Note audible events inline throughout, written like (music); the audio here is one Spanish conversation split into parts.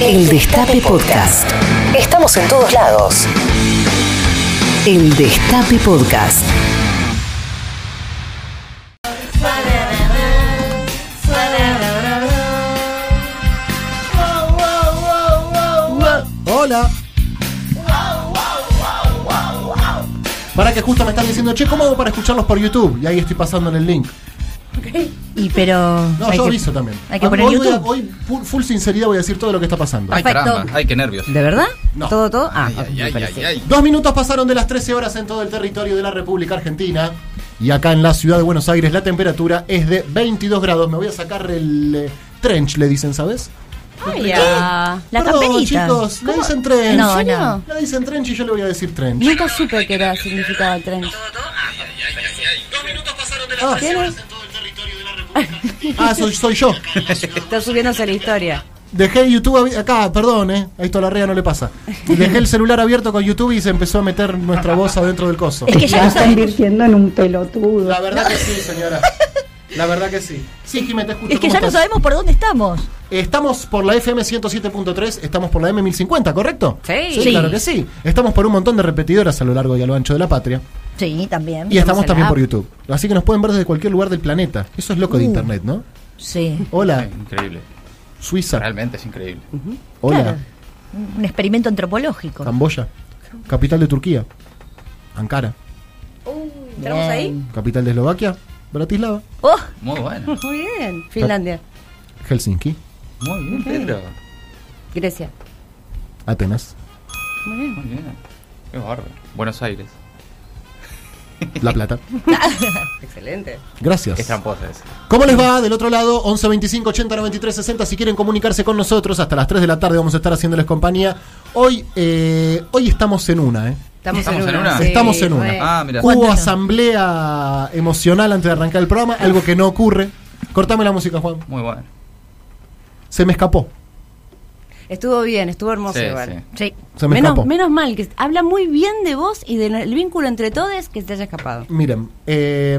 El Destape Podcast. Estamos en todos lados. El Destape Podcast. Hola. Para que justo me están diciendo, che, ¿cómo hago para escucharlos por YouTube? Y ahí estoy pasando en el link. Y pero. No, hay yo que- aviso también. Hay que Ah, poner hoy, voy a- YouTube. hoy, full, full sinceridad, voy a decir todo lo que está pasando. Ay, Perfecto. caramba, ay, qué nervios. ¿De verdad? No. ¿Todo, todo? Ah, Ay, ay, ay, ay, ay. Dos minutos pasaron de las 13 horas en todo el territorio de la República Argentina. Y acá en la ciudad de Buenos Aires la temperatura es de 22 grados. Me voy a sacar el eh, trench, le dicen, ¿sabes? Ay, ah. La Perdón, camperita. chicos, le dicen trench. No, no. Le dicen trench y yo le voy a decir trench. Nunca supe que era significaba tren. Oh, Ah, Ah, soy, soy yo. Está subiéndose la historia. Dejé YouTube abi- acá, perdón, eh. A esto a la rea no le pasa. Dejé el celular abierto con YouTube y se empezó a meter nuestra voz adentro del coso. Es que ya no sabemos. convirtiendo en un pelotudo. La verdad que sí, señora. La verdad que sí. Sí, Jimé, te escucho. Es que ¿Cómo ya no estás? sabemos por dónde estamos. Estamos por la FM 107.3, estamos por la M1050, ¿correcto? Sí. sí. Claro que sí. Estamos por un montón de repetidoras a lo largo y a lo ancho de la patria. Sí, también. Y estamos en también la por app. Uh. YouTube. Así que nos pueden ver desde cualquier lugar del planeta. Eso es loco de internet, ¿no? Sí. Hola, Increíble. Suiza. Realmente es increíble. Hola, Claro. Un experimento antropológico. Camboya. Capital de Turquía. Ankara. ¿Estamos ahí? Capital de Eslovaquia. Bratislava. ¡Oh! Muy bueno. Muy bien. Finlandia, Helsinki. Muy bien, Pedro. Grecia. (laughs) Atenas. Muy bien. Qué bárbaro. Buenos Aires. La Plata. (laughs) Excelente. Gracias. Qué tramposa es. ¿Cómo les va? Del otro lado, 11 25 80 93 60. Si quieren comunicarse con nosotros, hasta las 3 de la tarde vamos a estar haciéndoles compañía. Hoy, eh, hoy estamos en una, ¿eh? Estamos, ¿Estamos en una? sí, Estamos en re. una. Ah, mira. Hubo asamblea emocional antes de arrancar el programa, algo que no ocurre. Cortame la música, Juan. Muy bueno. Se me escapó. Estuvo bien, estuvo hermoso Sí, igual. sí. Sí. Se me menos, escapó. menos mal, que habla muy bien de vos y del vínculo entre todos que se te haya escapado. Miren, eh,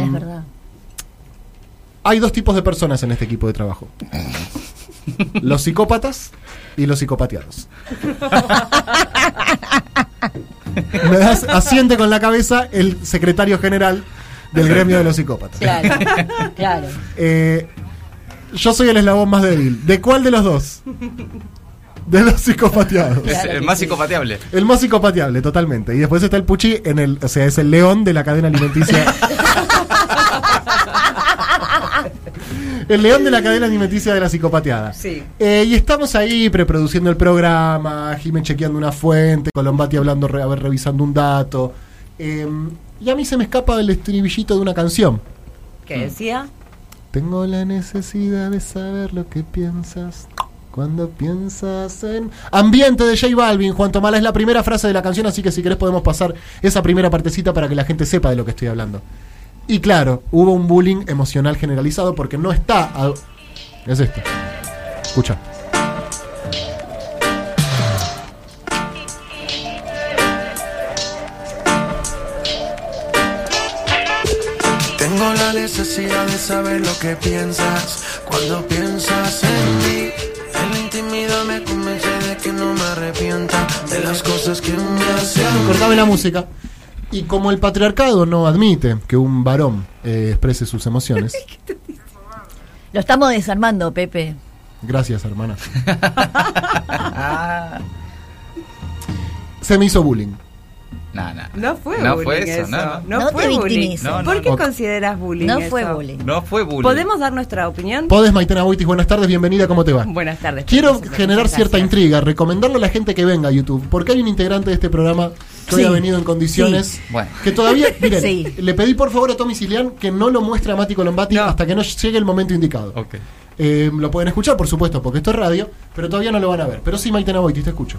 Es verdad. hay dos tipos de personas en este equipo de trabajo. Los psicópatas y los psicopateados. Me das- asiente con la cabeza el secretario general del gremio de los psicópatas. (laughs) Claro. claro. Eh, yo soy el eslabón más débil. ¿De cuál de los dos? De los psicopateados. Es el más psicopateable. El más psicopateable, totalmente. Y después está el Puchi en el, o sea, es el león de la cadena alimenticia. El león de la cadena alimenticia de la psicopateada. Sí. Eh, y estamos ahí preproduciendo el programa, Jiménez chequeando una fuente, Colombati hablando, re- a ver, revisando un dato. Eh, y a mí se me escapa el estribillito de una canción. Que decía, Tengo la necesidad de saber lo que piensas cuando piensas en... Ambiente de J Balvin, Juan Tomala, es la primera frase de la canción, así que si querés podemos pasar esa primera partecita para que la gente sepa de lo que estoy hablando. Y claro, hubo un bullying emocional generalizado porque no está... a- Es esto. Escucha. Tengo la necesidad de saber lo que piensas cuando piensas en mí. En la intimidad me convence de que no me arrepienta de las cosas que me hacen. Cortame la música. Y como el patriarcado no admite que un varón eh, exprese sus emociones... Lo estamos desarmando, Pepe. Gracias, hermana. Se me hizo bullying. Nah, nah. no fue No bullying fue eso, eso. no, No, No fue te bullying. victimices. No, ¿Por no. qué Ok. consideras bullying No eso? fue bullying. No fue bullying. ¿Podemos dar nuestra opinión? Podés, Maitena Boitis, buenas tardes, bienvenida, ¿cómo te va? Buenas tardes. Quiero profesor. generar Muchas cierta gracias. intriga, recomendarle a la gente que venga a YouTube, porque hay un integrante de este programa que hoy Sí. ha venido en condiciones Sí. Bueno. que todavía, miren, Sí. le pedí por favor a Tommy Silian que no lo muestre a Mati Colombati hasta que no llegue el momento indicado. Ok. Eh, lo pueden escuchar, por supuesto, porque esto es radio, pero todavía no lo van a ver. Pero sí, Maitena Boitis, te escucho.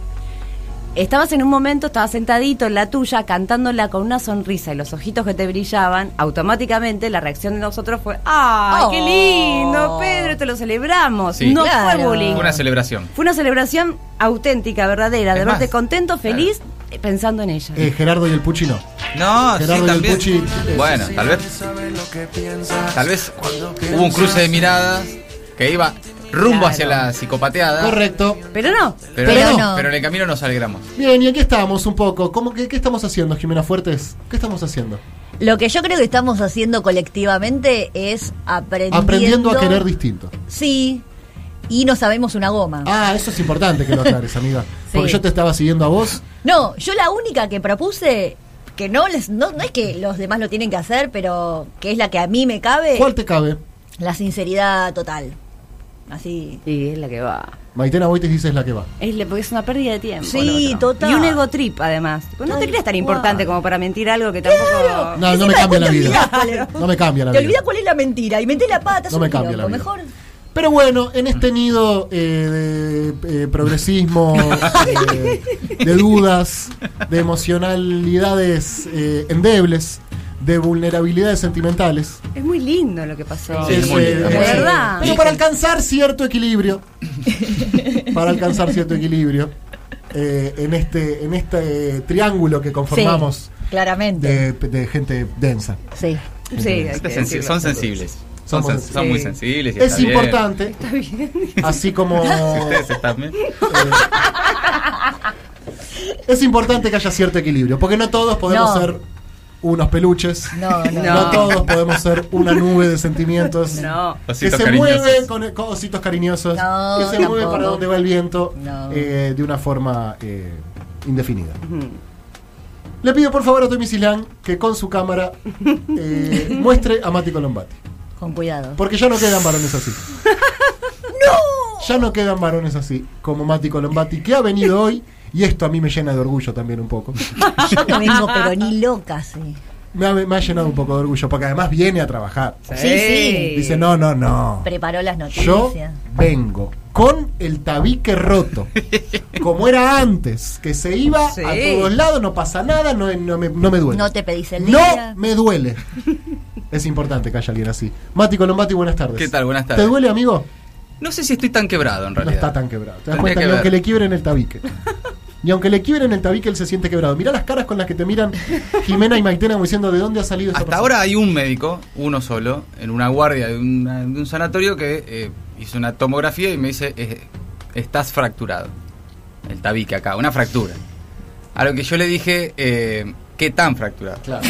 Estabas en un momento, estabas sentadito en la tuya, cantándola con una sonrisa y los ojitos que te brillaban, automáticamente la reacción de nosotros fue ¡Ay, Oh. qué lindo, Pedro! Te lo celebramos. Sí. No Claro. fue bullying. Fue una celebración. Fue una celebración auténtica, verdadera, de Es verte más, contento, feliz, eh, pensando en ella. Eh, Gerardo y el Puchi no. No, Gerardo sí, y el también. Puchi, eh, Bueno, tal vez Saber lo que piensas Tal vez hubo un cruce de miradas que iba rumbo Claro. hacia la psicopateada. Correcto. Pero no. Pero, Pero no, no. pero en el camino nos alegramos. Bien, y aquí estábamos un poco. ¿Cómo que, ¿Qué estamos haciendo, Jimena Fuertes? ¿Qué estamos haciendo? Lo que yo creo que estamos haciendo colectivamente es aprendiendo. Aprendiendo a querer distinto. Sí. Y no sabemos una goma. Ah, eso es importante que lo aclares, (laughs) amiga. Porque Sí. yo te estaba siguiendo a vos. No, yo la única que propuse, que no les, no, no es que los demás lo tienen que hacer, pero que es la que a mí me cabe, ¿Cuál te cabe? la sinceridad total. Así. Sí, es la que va. Maitena Boites dice es la que va. Es, le- porque es una pérdida de tiempo. Sí, lo otro. total. Y un ego trip, además. Tipo, No te creas tan importante como para mentir algo que No, no tampoco. me Encima cambia la después te olvidás vida. cuál es. No me cambia la Te olvidas vida. cuál es la mentira y metés la pata. es No me un cambia la vida. quilombo. Mejor. Pero bueno, en este nido eh, de eh, (laughs) progresismo, eh, de dudas, de emocionalidades eh, endebles, de vulnerabilidades sentimentales. Es muy lindo lo que pasó. Sí, Es, muy eh, lindo. es- De verdad. Pero para alcanzar cierto equilibrio, para alcanzar cierto equilibrio, eh, en este en este triángulo que conformamos Claramente. de, de gente densa. Sí. Sí, hay que Gente sensi- decirlo. son sensibles. Son, Somos sen- sensibles. son muy Sí. sensibles. y Es está bien. importante, así como Ustedes están bien. es importante que haya cierto equilibrio, porque no todos podemos No. ser unos peluches. No, no. No. todos podemos ser una nube de sentimientos No. que Ositos se cariñosos. mueven con, con ositos cariñosos, No, que se tampoco. mueve para donde va el viento No. eh, de una forma eh, indefinida. Le pido por favor a Tommy Silán que con su (laughs) cámara eh, muestre a Mati Colombati. Con cuidado. (laughs) Porque ya no quedan varones así. ¡No! Ya no quedan varones así, como Mati Colombati, que ha venido hoy, y esto a mí me llena de orgullo también un poco. Yo no vengo, pero ni loca, sí. Me ha, me ha llenado un poco de orgullo, porque además viene a trabajar. Sí, sí. Dice, no, no, no. Preparó las noticias. Yo vengo con el tabique roto, como era antes, que se iba Sí. a todos lados, no pasa nada, no, no me, no me duele. No te pedís el No día. me duele. Es importante que haya alguien así. Mati Colombati, buenas tardes. ¿Qué tal? Buenas ¿Te tardes. duele, amigo? No sé si estoy tan quebrado en No realidad. está tan quebrado. Te das Tendría cuenta que que ver. aunque le quiebren el tabique. Y aunque le quiebren el tabique, él se siente quebrado. Mirá las caras con las que te miran Jimena y Maitena como diciendo de dónde ha salido esta Hasta persona? ahora hay un médico, uno solo, en una guardia de, una- de un sanatorio que eh, hizo una tomografía y me dice, eh, estás fracturado. El tabique acá, una fractura. A lo que yo le dije, eh, ¿qué tan fracturado? Claro.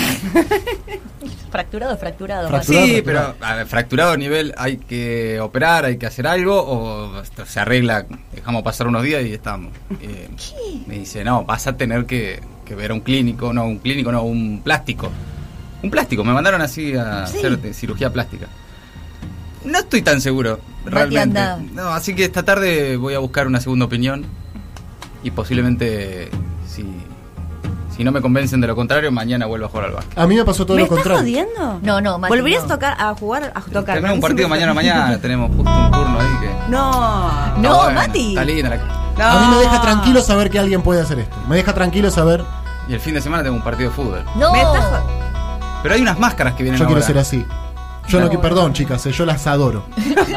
Fracturado, fracturado. Fractu- Mati. Fracturado, sí, fracturado. pero a ver, fracturado a nivel, hay que operar, hay que hacer algo, o esto se arregla, dejamos pasar unos días y estamos. Eh, me dice, no, vas a tener que, que ver a un clínico, no, un clínico, no, un plástico. Un plástico, me mandaron así a Sí. hacer te- cirugía plástica. No estoy tan seguro, Mati, realmente. anda. No, así que esta tarde voy a buscar una segunda opinión y posiblemente, si, si no me convencen de lo contrario, mañana vuelvo a jugar al básquet. A mí me pasó todo ¿Me lo estás contrario. jodiendo? No, no, Mati, ¿Volverías no. a tocar a jugar a tocar? Tenemos un Porque partido (laughs) mañana, siempre- mañana, tenemos justo un turno ahí que... No. No, Ah, Está bueno, Mati. Está linda la- No. A mí me deja tranquilo saber que alguien puede hacer esto. Me deja tranquilo saber. Y el fin de semana tengo un partido de fútbol. No. Me estás jod- Pero hay unas máscaras que vienen Yo quiero ahora. ser así. Yo no, No, qui- perdón, chicas, eh, yo las adoro.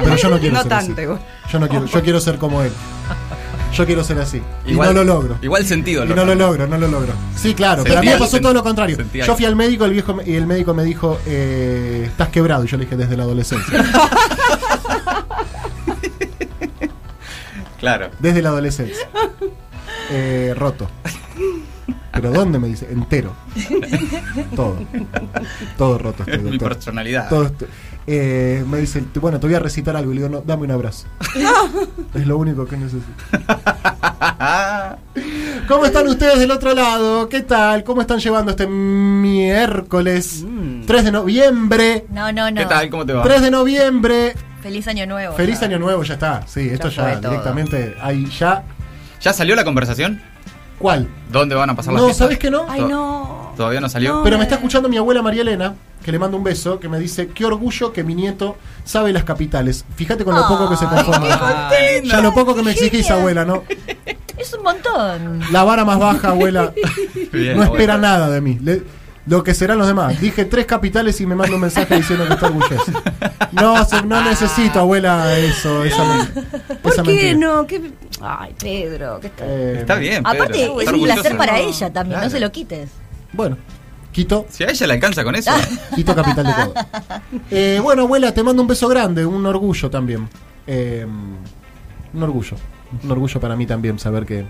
Pero (laughs) yo no quiero No ser tanto, así. igual. Yo no quiero, yo quiero ser como él. Yo quiero ser así. y no lo logro. Igual sentido. Y lo- no lo logro, no lo logro. Sí, claro, Sentí pero a mí me algo, pasó sentí- todo lo contrario. sentí Yo algo. fui al médico el viejo, me- y el médico me dijo, eh, estás quebrado. Y yo le dije, desde la adolescencia. Claro. Desde la adolescencia. Eh, roto. ¿Pero dónde? Me dice, entero. Todo. Todo roto estoy, Es mi doctor. personalidad. Todo esto- eh, me dice, "Te- bueno, te voy a recitar algo. Y le digo, no, dame un abrazo. es lo único que necesito. ¿Cómo están ustedes del otro lado? ¿Qué tal? ¿Cómo están llevando este miércoles 3 de noviembre? No, no, no. ¿Qué tal? ¿Cómo te va? 3 de noviembre. Feliz año nuevo. Feliz ya. año nuevo, ya está. Sí, esto Ya fue ya todo. directamente ahí ya. ¿Ya salió la conversación? ¿Cuál? ¿Dónde van a pasar las No, fiestas? ¿sabes que no? Ay, no. Todavía no salió. No. Pero me está escuchando mi abuela María Elena, que le mando un beso, que me dice, qué orgullo que mi nieto sabe las capitales. Fíjate con lo poco que se conforma. Ya lo poco que me exigís, Genia. abuela, ¿no? Es un montón. La vara más baja, (laughs) abuela. Bien, no espera bueno. nada de mí. Le- lo que serán los demás. Dije tres capitales y me manda un mensaje diciendo que está orgulloso. No, se- no necesito, abuela, eso. Esa, men- ¿Por esa qué mentira. no? ¿Qué- Ay, Pedro, ¿qué está? Eh, Está bien, Pedro. Aparte, está es un orgulloso. placer para ella también, Claro. no se lo quites. Bueno, Quito, Si a ella le (laughs) alcanza con eso. Quito capital de Córdoba. Eh, bueno, abuela, te mando un beso grande, un orgullo también. Eh, un orgullo. Un orgullo para mí también saber que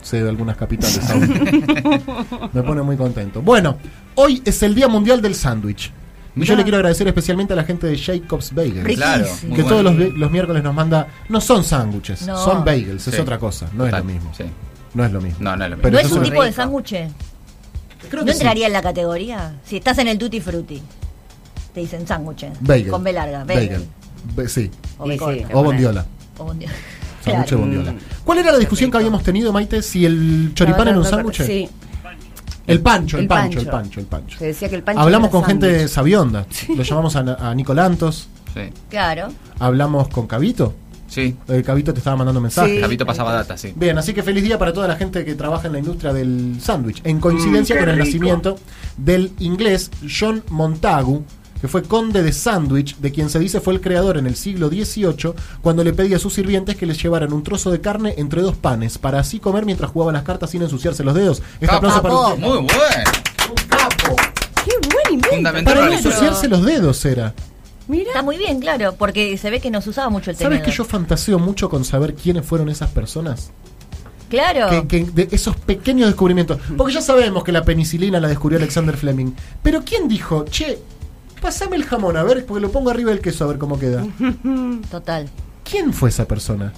sé de algunas capitales aún. Me pone muy contento. Bueno, hoy es el Día Mundial del Sándwich. Y yo Mirá. le quiero agradecer especialmente a la gente de Jacob's Bagels. Riquísimo. Claro, muy Que bueno. todos los, vi- los miércoles nos manda. No son sándwiches, No. son bagels, es Sí. otra cosa. No es Total, lo mismo. sí. No es lo mismo. No, no es lo mismo. Pero ¿No eso es un es- tipo de sándwich? Creo ¿No que sí. entraría en la categoría? Si estás en el Tutti Frutti, te dicen sándwich. Bagel. Con B larga, bagel. Ba- sí. O Sí, B sí. corta. O bondiola. O bondiola. Sándwich de Claro. bondiola. ¿Cuál era la discusión que habíamos tenido, Maite? Si el choripán era un sándwich. Sí. El pancho, el, El pancho, el pancho. pancho, el pancho. Se decía que el pancho Hablamos era con sándwich. gente (laughs) sabionda. Lo llamamos a, a Nicolantos. Sí. Claro. Hablamos con Cabito. Sí. El Cabito te estaba mandando mensajes. Sí. Capito pasaba data, sí. Bien, así que feliz día para toda la gente que trabaja en la industria del sándwich. En coincidencia con el nacimiento del inglés John Montagu, que fue conde de Sandwich, de quien se dice fue el creador en el siglo XVIII, cuando le pedía a sus sirvientes que les llevaran un trozo de carne entre dos panes, para así comer mientras jugaba las cartas sin ensuciarse los dedos. Este Capo. aplauso para usted. Muy bueno. ¡Qué buen invento! Fundamental Para no para la ensuciarse los dedos era. Está Mira, muy bien, claro, porque se ve que nos usaba mucho el ¿Sabes tenedor. que yo fantaseo mucho con saber quiénes fueron esas personas? Claro. que, que de esos pequeños descubrimientos. Porque ya sabemos que la penicilina la descubrió Alexander Fleming. Pero ¿quién dijo, che, pasame el jamón a ver, porque lo pongo arriba del queso a ver cómo queda? Total. ¿Quién fue esa persona?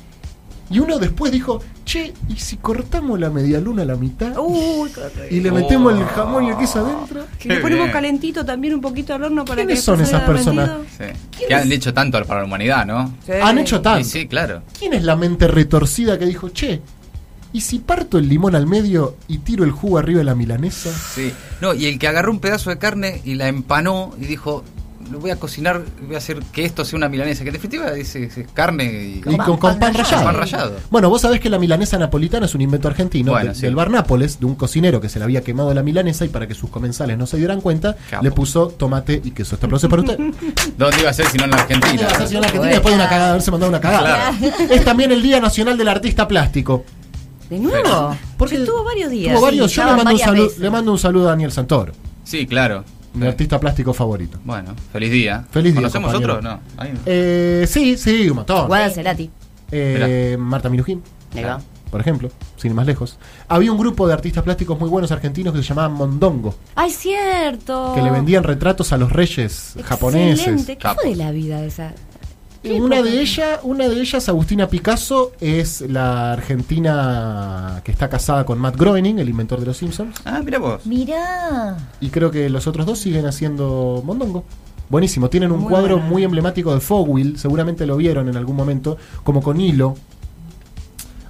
Y uno después dijo, che, ¿y si cortamos la medialuna a la mitad? uy, qué rico. Y le metemos el jamón y el queso adentro. Que le Qué ponemos bien. calentito también un poquito al horno para ¿Quiénes que son después esas salga personas? bendito. Sí. Que han dicho tanto para la humanidad, ¿no? Sí. Han hecho Sí, tanto. sí, claro. ¿Quién es la mente retorcida que dijo, che, ¿y si parto el limón al medio y tiro el jugo arriba de la milanesa? Sí. No, y el que agarró un pedazo de carne y la empanó y dijo, lo voy a cocinar, voy a hacer que esto sea una milanesa, que en definitiva dice, es carne y... Y con, con pan, rallado. Pan rallado. Bueno, vos sabés que la milanesa napolitana es un invento argentino Bueno, de- sí. del bar Nápoles, de un cocinero que se le había quemado la milanesa y para que sus comensales no se dieran cuenta, Capo. le puso tomate y queso. Este aplauso es (laughs) para usted. ¿Dónde iba a ser si no en la Iba Argentina? a ser señor Argentina después de una cagada, haberse mandado una cagada. Es también el Día Nacional del Artista Plástico. ¿De nuevo? Porque tuvo varios días. Tuvo varios. Sí, Yo le estaban mando, un varias saludo, veces. le mando un saludo a Daniel Santoro, Sí, claro. mi artista plástico favorito. Bueno, feliz día. Feliz día, ¿Conocemos compañero. otro? No. Ahí no. Eh, sí, sí, un montón. Guada Cerati. Eh, Marta Minujín. Ahí va. por ejemplo, sin ir más lejos. Había un grupo de artistas plásticos muy buenos argentinos que se llamaban Mondongo, ¡Ay, cierto! que le vendían retratos a los reyes japoneses. Excelente. ¿Qué Capo. fue de la vida de esa? Una de ellas, una de ellas, Agustina Picasso, es la argentina que está casada con Matt Groening, el inventor de los Simpsons, Ah, mira vos. Mirá. y creo que los otros dos siguen haciendo Mondongo. Buenísimo, tienen un Muy cuadro buena. muy emblemático de Fogwill, seguramente lo vieron en algún momento, como con hilo.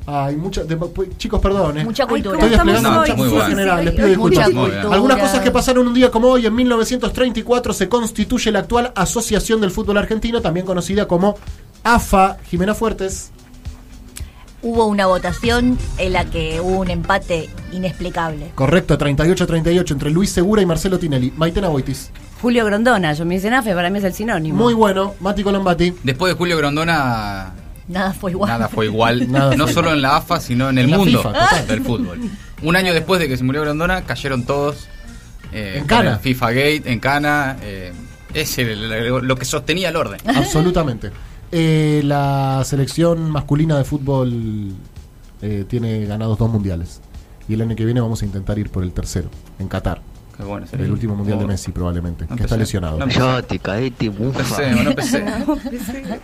Ay, mucha, de- chicos, perdón. eh. Mucha cultura. Estoy Estamos desplegando hoy. mucha Muy cultura bueno. general, les pido Hay disculpas. mucha Muy bien. cultura. Algunas cosas que pasaron un día como hoy, en 1934 se constituye la actual Asociación del Fútbol Argentino, también conocida como AFA Jimena Fuertes. Hubo una votación en la que hubo un empate inexplicable. Correcto, 38-38 entre Luis Segura y Marcelo Tinelli. Maitena Boitis. Julio Grondona, yo me dicen AFE, para mí es el sinónimo. Muy bueno, Mati (laughs) Colombati. Después de Julio Grondona, Nada fue igual. nada fue igual. Nada no fue solo en la AFA, sino en el En la mundo FIFA, total. del fútbol. Un año después de que se murió Grondona, cayeron todos. eh, En cana. con el FIFA Gate, en Cana. eh, es el- lo que sostenía el orden. Ah. Absolutamente. Eh, la selección masculina de fútbol eh, tiene ganados dos mundiales. Y el año que viene vamos a intentar ir por el tercero, en Qatar. Qué bueno, El último mundial de Oh. Messi, probablemente, No que está empecé. lesionado. No empecé, Yo te caí, te no empecé, (laughs) no empecé.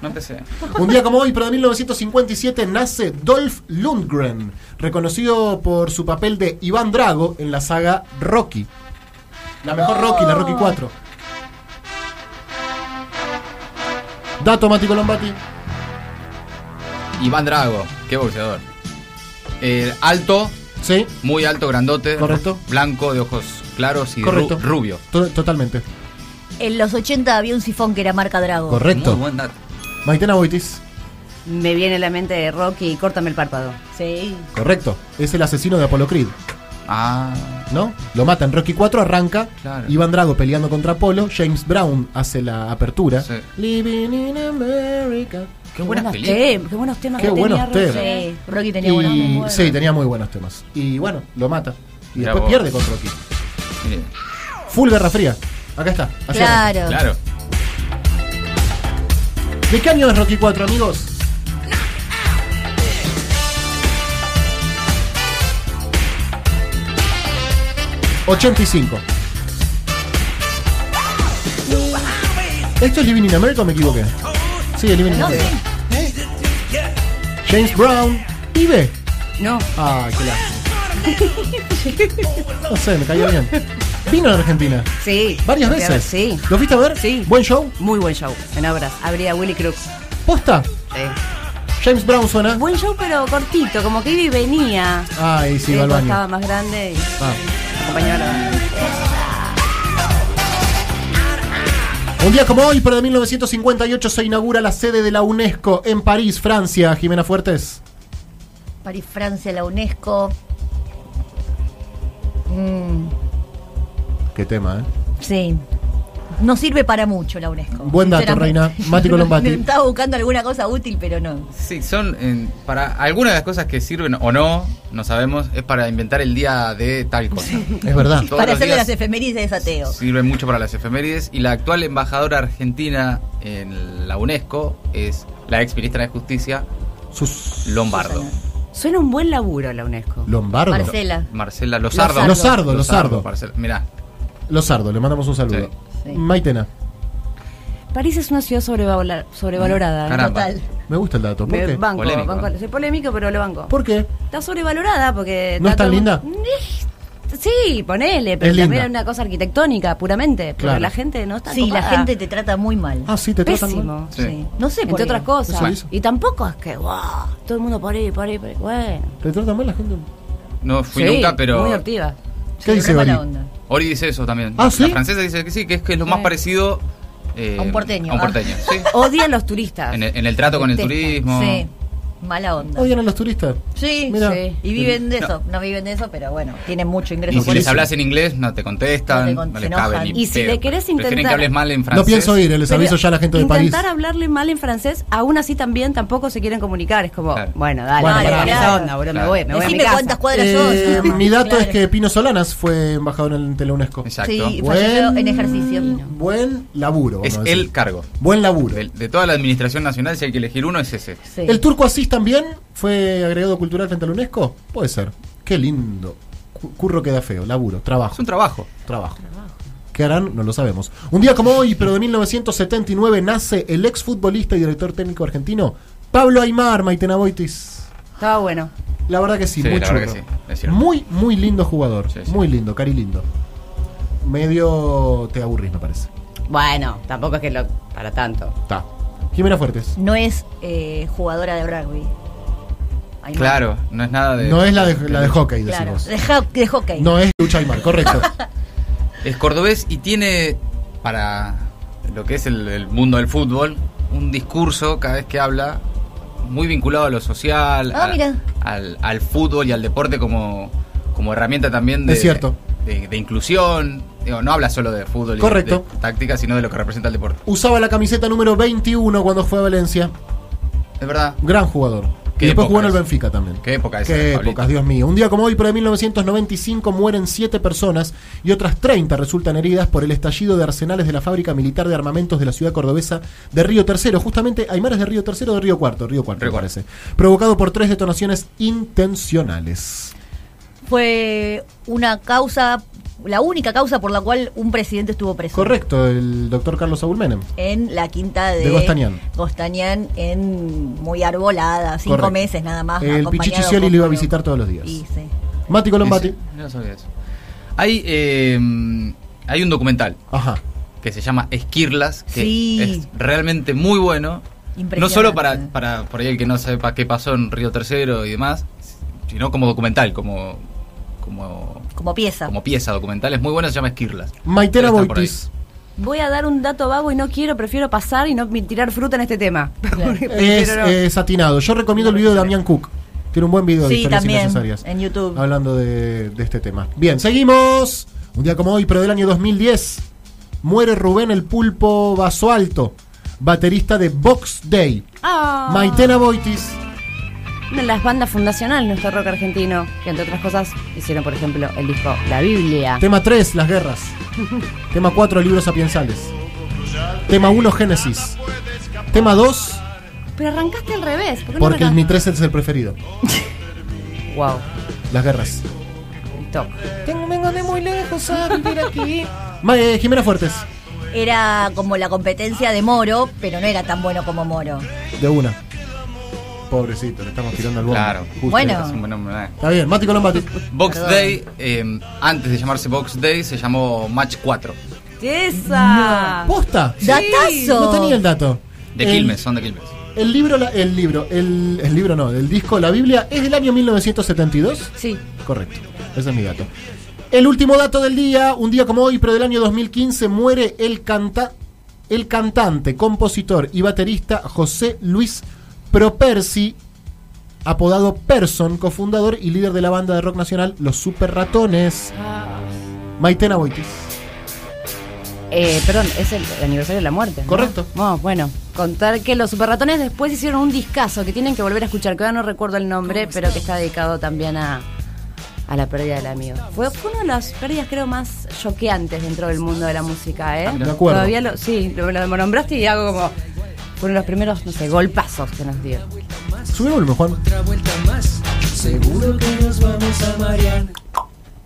No empecé. Un día como hoy, pero de 1957, nace Dolph Lundgren, reconocido por su papel de Iván Drago en la saga Rocky. La mejor Rocky, la Rocky 4. Dato, Mati Colombati. Iván Drago, qué boxeador. Eh, alto, Sí, muy alto, grandote. Correcto. Blanco, de ojos claros y ru- correcto. rubio. To- totalmente. En los 80 había un sifón que era marca Drago. Correcto. Oh, Muy buen dato. Maitena Boitis. Me viene a la mente de Rocky, córtame el párpado. Sí. Correcto. Es el asesino de Apollo Creed, Ah, ¿no? Lo matan. Rocky 4 arranca. Claro. Iván Drago peleando contra Apolo. James Brown hace la apertura. Sí. Living in America. qué buenas Buenos películas. tem- qué buenos temas Qué que buenos tenía Rocky. temas. Sí. Eh, Rocky tenía buenos Y, recuerdos. sí, tenía muy buenos temas. Y bueno, lo mata. Y Mirá después vos. pierde contra Rocky. Mire, Full Guerra Fría. Acá está. así Claro. Claro. arranca. ¿De qué año es Rocky 4, amigos? 85. ¿Esto es Living in America o me equivoqué? Sí, Living in No America. ¿Eh? sé. James Brown, Ibe. No. Ah, qué lástima. No sé, me cayó bien. Vino a Argentina. Sí. Varias Fui a ver, veces. Sí. ¿Lo fuiste a ver? Sí. Buen show. Muy buen show. En obras. Habría Willy Crooks. Posta. Sí. James Brown suena. Buen show, pero cortito. Como que iba y venía. Ay, sí, Eh, va al cuando baño. Estaba más grande y Ah. acompañaba a la banda. Un día como hoy, pero de 1958, se inaugura la sede de la UNESCO en París, Francia. Jimena Fuertes. París, Francia, la UNESCO. Mm, Qué tema, ¿eh? sí. No sirve para mucho la UNESCO. Buen dato, sinceramente. Reina. (laughs) Mati Colombati. Estaba buscando alguna cosa útil, pero no. Sí, son en- para algunas de las cosas que sirven o no, no sabemos, es para inventar el día de tal cosa. Es verdad. Todos para los hacerle días las efemérides de ateo. Sirve mucho para las efemérides y la actual embajadora argentina en la UNESCO es la ex ministra de Justicia Sus Lombardo. Susana. Suena un buen laburo la UNESCO. Lombardo. Marcela. Marcela Lozardo. Lozardo, Lozardo. Marcela- Mirá, Lozardo, le mandamos un saludo. Sí. Maitena, París es una ciudad sobrevalora- sobrevalorada. Caramba. Total. me gusta el dato. ¿Por Me qué? banco, Polémico, banco. ¿no? Soy polémico, pero lo banco. ¿Por qué? Está sobrevalorada porque... ¿No está es tan todo- eh, Sí, ponele, pero Es también linda. es una cosa arquitectónica puramente. Pero Claro. la gente no está Sí, la copada. gente te trata muy mal. Ah, sí, te tratan mal. Pésimo. Sí. sí. No sé por Entre qué. otras Eso cosas. hizo. Y tampoco es que, wow, todo el mundo por ahí, por ahí, por ahí. Bueno. ¿Te tratan mal la gente? no fui Sí, nunca, pero Muy activa. ¿Qué Sí, dice re mala Ori? onda. Ori dice eso también. Ah, ¿sí? La francesa dice que sí, que es que es lo más Sí. parecido eh, A un porteño, a un ah. porteño, sí. Odian los turistas. En el, en el trato con el Detestan. turismo. Sí, mala onda. Odian a los turistas. Sí, Mira. sí. Y viven de eso. No viven de eso, pero bueno, tienen mucho ingreso Y si por les eso. hablas en inglés, no te contestan, No te con- no, les se cabe enojan. ni Y si pedo. le querés Prefieren que intentar- hables mal en francés. No pienso ir, eh, les Pero aviso ya a la gente de París. Intentar hablarle mal en francés, aún así también tampoco se quieren comunicar. Es como, Claro. bueno, dale, Bueno, dale, pará. con esa onda, boludo, Claro. me voy, me voy a mi Decime casa. cuántas cuadras Eh, sos. nada más. mi dato Claro. es que Pino Solanas fue embajador en, ante la UNESCO. Exacto. Sí, Buen- falleció en ejercicio. Buen laburo. es vamos a decir. el cargo. Buen laburo. De, de toda la administración nacional, si hay que elegir uno, es ese. Sí. ¿El turco Asís también fue agregado cultural frente a la UNESCO? Puede ser. Qué lindo. Cu- Curro queda feo. Laburo. Trabajo. Es un trabajo. Trabajo. ¿Qué harán? No lo sabemos. Un día como hoy, pero de 1979, nace el exfutbolista y director técnico argentino Pablo Aymar Maitena Boitis. Estaba bueno. La verdad que sí, Sí, muy la verdad churro. que sí, es cierto. Muy, muy lindo jugador. Sí, sí. Muy lindo, cari lindo. Medio te aburrís, me parece. Bueno, tampoco es que lo para tanto. Ta. Jimena Fuertes. No es eh, jugadora de rugby. Ay, no. Claro, no es nada de. No es la de, la de hockey, Claro. decimos. De, ho- de hockey. No es Lucha Aymar, (laughs) correcto. Es cordobés y tiene, para lo que es el, el mundo del fútbol, un discurso cada vez que habla muy vinculado a lo social, Ah, a- mira. al, al fútbol y al deporte como, como herramienta también de, Es cierto. de, de inclusión. Digo, no habla solo de fútbol y Correcto. de táctica, sino de lo que representa el deporte. Usaba la camiseta número 21 cuando fue a Valencia. Es verdad. Gran jugador. Qué Y después jugó en el épocas. Benfica también. Qué época esa, Qué Pablito. épocas, Dios mío. Un día como hoy, pero de 1995, mueren 7 personas y otras 30 resultan heridas por el estallido de arsenales de la fábrica militar de armamentos de la ciudad cordobesa de Río Tercero. Justamente, Aymar es de Río Tercero o de Río Cuarto. Río Cuarto, Río me Cuarto. parece. Provocado por tres detonaciones intencionales. Fue una causa, la única causa por la cual un presidente estuvo preso. Correcto, el doctor Carlos Saúl Menem. En la quinta de, De Gostañán. Gostañán, en muy arbolada, cinco Correcto. meses nada más. El acompañado Pichichicioli con lo iba a Colón. visitar todos los días. Y sí. Mati Colombati. Ese- no sabía eso. Hay, eh, hay un documental Ajá. que se llama Esquirlas, que Sí. es realmente muy bueno. No Impresionante. solo para, para por ahí el que no sepa qué pasó en Río Tercero y demás, sino como documental, como, como, Como pieza. como pieza documental. Es muy bueno, se llama Esquirlas. Maitena Pero está por Boitis. Voy a dar un dato vago y no quiero, prefiero pasar y no mi- tirar fruta en este tema. Porque Es prefiero no. eh, satinado. Yo recomiendo el video de Damián Cook. Tiene un buen video de Sí, historias también, innecesarias. en YouTube. Hablando de, de este tema. Bien, seguimos. Un día como hoy, pero del año 2010, muere Rubén el Pulpo Basoalto, baterista de Box Day. Ah, Maitena Boitis. Una de las bandas fundacionales de nuestro rock argentino, que entre otras cosas hicieron, por ejemplo, el disco La Biblia. Tema 3, las guerras. Tema 4, libros sapiensales. Tema 1, Génesis. Tema 2, Pero arrancaste al revés. ¿Por (laughs) qué no porque el arrancaste? Mi 13 es el preferido. Wow. Las guerras. TikTok. Tengo, vengo de muy lejos a vivir aquí. (laughs) Ma- eh, Jimena Fuertes, Era como la competencia de Moro, pero no era tan bueno como Moro. de una. Pobrecito, le estamos tirando al bombo. Claro. Justo. Bueno. Es un buen homenaje. Está bien, Mati Colombati. Box Day, eh, antes de llamarse Box Day, se llamó Match 4. ¡Esa! ¿Posta? ¡Datazo! No tenía el dato. De El- Quilmes, son de Quilmes. El libro, la- el libro, el, el libro no, el disco, la Biblia, es del año 1972. Sí. Correcto, ese es mi dato. El último dato del día, un día como hoy, pero del año 2015, muere el, canta, el cantante, compositor y baterista José Luis Propersi, apodado Person, cofundador y líder de la banda de rock nacional Los Super Ratones. Maitena Boitis. Eh, perdón, es el aniversario de la muerte. ¿no? Correcto. No, bueno, contar que los superratones después hicieron un discazo que tienen que volver a escuchar, que ahora no recuerdo el nombre, pero que está dedicado también a, a la pérdida del amigo. Fue, fue una de las pérdidas, creo, más choqueantes dentro del mundo de la música, ¿eh? De acuerdo. Todavía lo, sí, lo, lo nombraste y hago como. Fueron los primeros, no sé, golpazos que nos dio. Sube el volumen, Juan. otra vuelta más. Seguro que nos vamos a marear.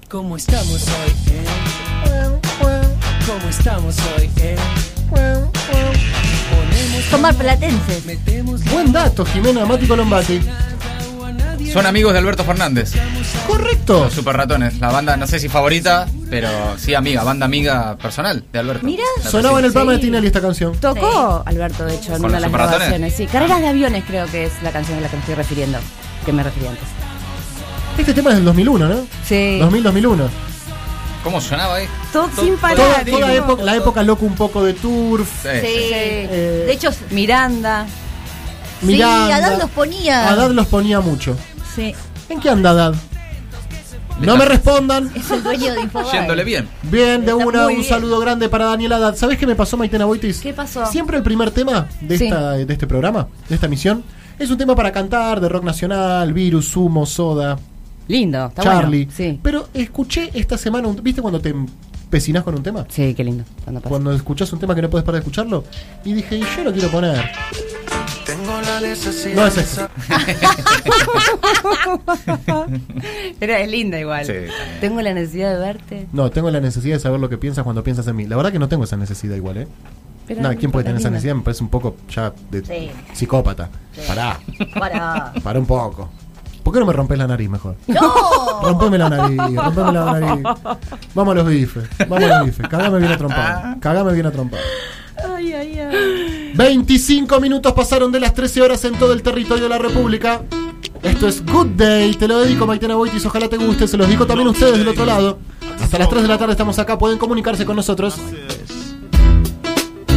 ¿Cómo estamos hoy? eh? ¿Cómo estamos hoy? eh? Ponemos, Son marplatenses. metemos Buen dato, Jimena Mati Colombati. Son amigos de Alberto Fernández, Correcto. los Super Ratones. La banda, no sé si favorita, pero sí amiga, banda amiga personal de Alberto. Mirá. La Sonaba en el presenta. programa de Tinelli esta canción. Tocó Alberto, de hecho, en ¿Con una de los las superratones? grabaciones. Sí, Carreras de Aviones creo que es la canción a la que me estoy refiriendo, que me referí antes. Este tema es del 2001, ¿no? Sí. 2000-2001. ¿Cómo sonaba ahí? Todo sin parar. Toda, tipo. toda época- la época loco un poco de Turf, Sí. Sí. Eh, de hecho, Miranda. sí, Miranda. Adán los ponía. Haddad los ponía mucho. Sí, ¿En qué anda Haddad? No me respondan. es el dueño de Infobae. Yéndole bien. Bien, de Está una, muy un bien. saludo grande para Daniel Haddad. ¿Sabés qué me pasó, Maitena Boitis? ¿Qué pasó? Siempre el primer tema de, Sí. esta- de este programa, de esta misión, es un tema para cantar, de rock nacional, virus, sumo, soda, Lindo, está Charlie. bueno. Sí. Pero escuché esta semana, un- ¿viste cuando te empecinas con un tema? sí, qué lindo. Cuando pasa. Cuando escuchás un tema que no puedes parar de escucharlo. Y dije, y yo lo quiero poner. Tengo la necesidad No es de ese. sa- (laughs) Pero es linda igual. Sí, también. Tengo la necesidad de verte. No, tengo la necesidad de saber lo que piensas cuando piensas en mí. La verdad que no tengo esa necesidad igual, ¿eh? Pero no, ¿quién puede es tener esa linda. necesidad? Me parece un poco ya de Sí. psicópata. Pará, Para. pará un poco. ¿Por qué no me rompes la nariz mejor? ¡No! (laughs) Rompeme la nariz, rompeme la nariz. Vamos a los bifes, vamos a los bifes. Cagame bien a trompar, cagame bien a trompar. 25 minutos pasaron de las 13 horas en todo el territorio de la República. Esto es Good Day, te lo dedico Maitena Boitis, ojalá te guste, se los digo también a ustedes del otro lado. Hasta las 3 de la tarde estamos acá, pueden comunicarse con nosotros.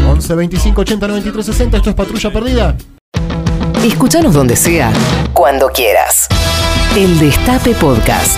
11 25 80 93 60, esto es Patrulla Perdida. Escúchanos donde sea, cuando quieras. El Destape Podcast.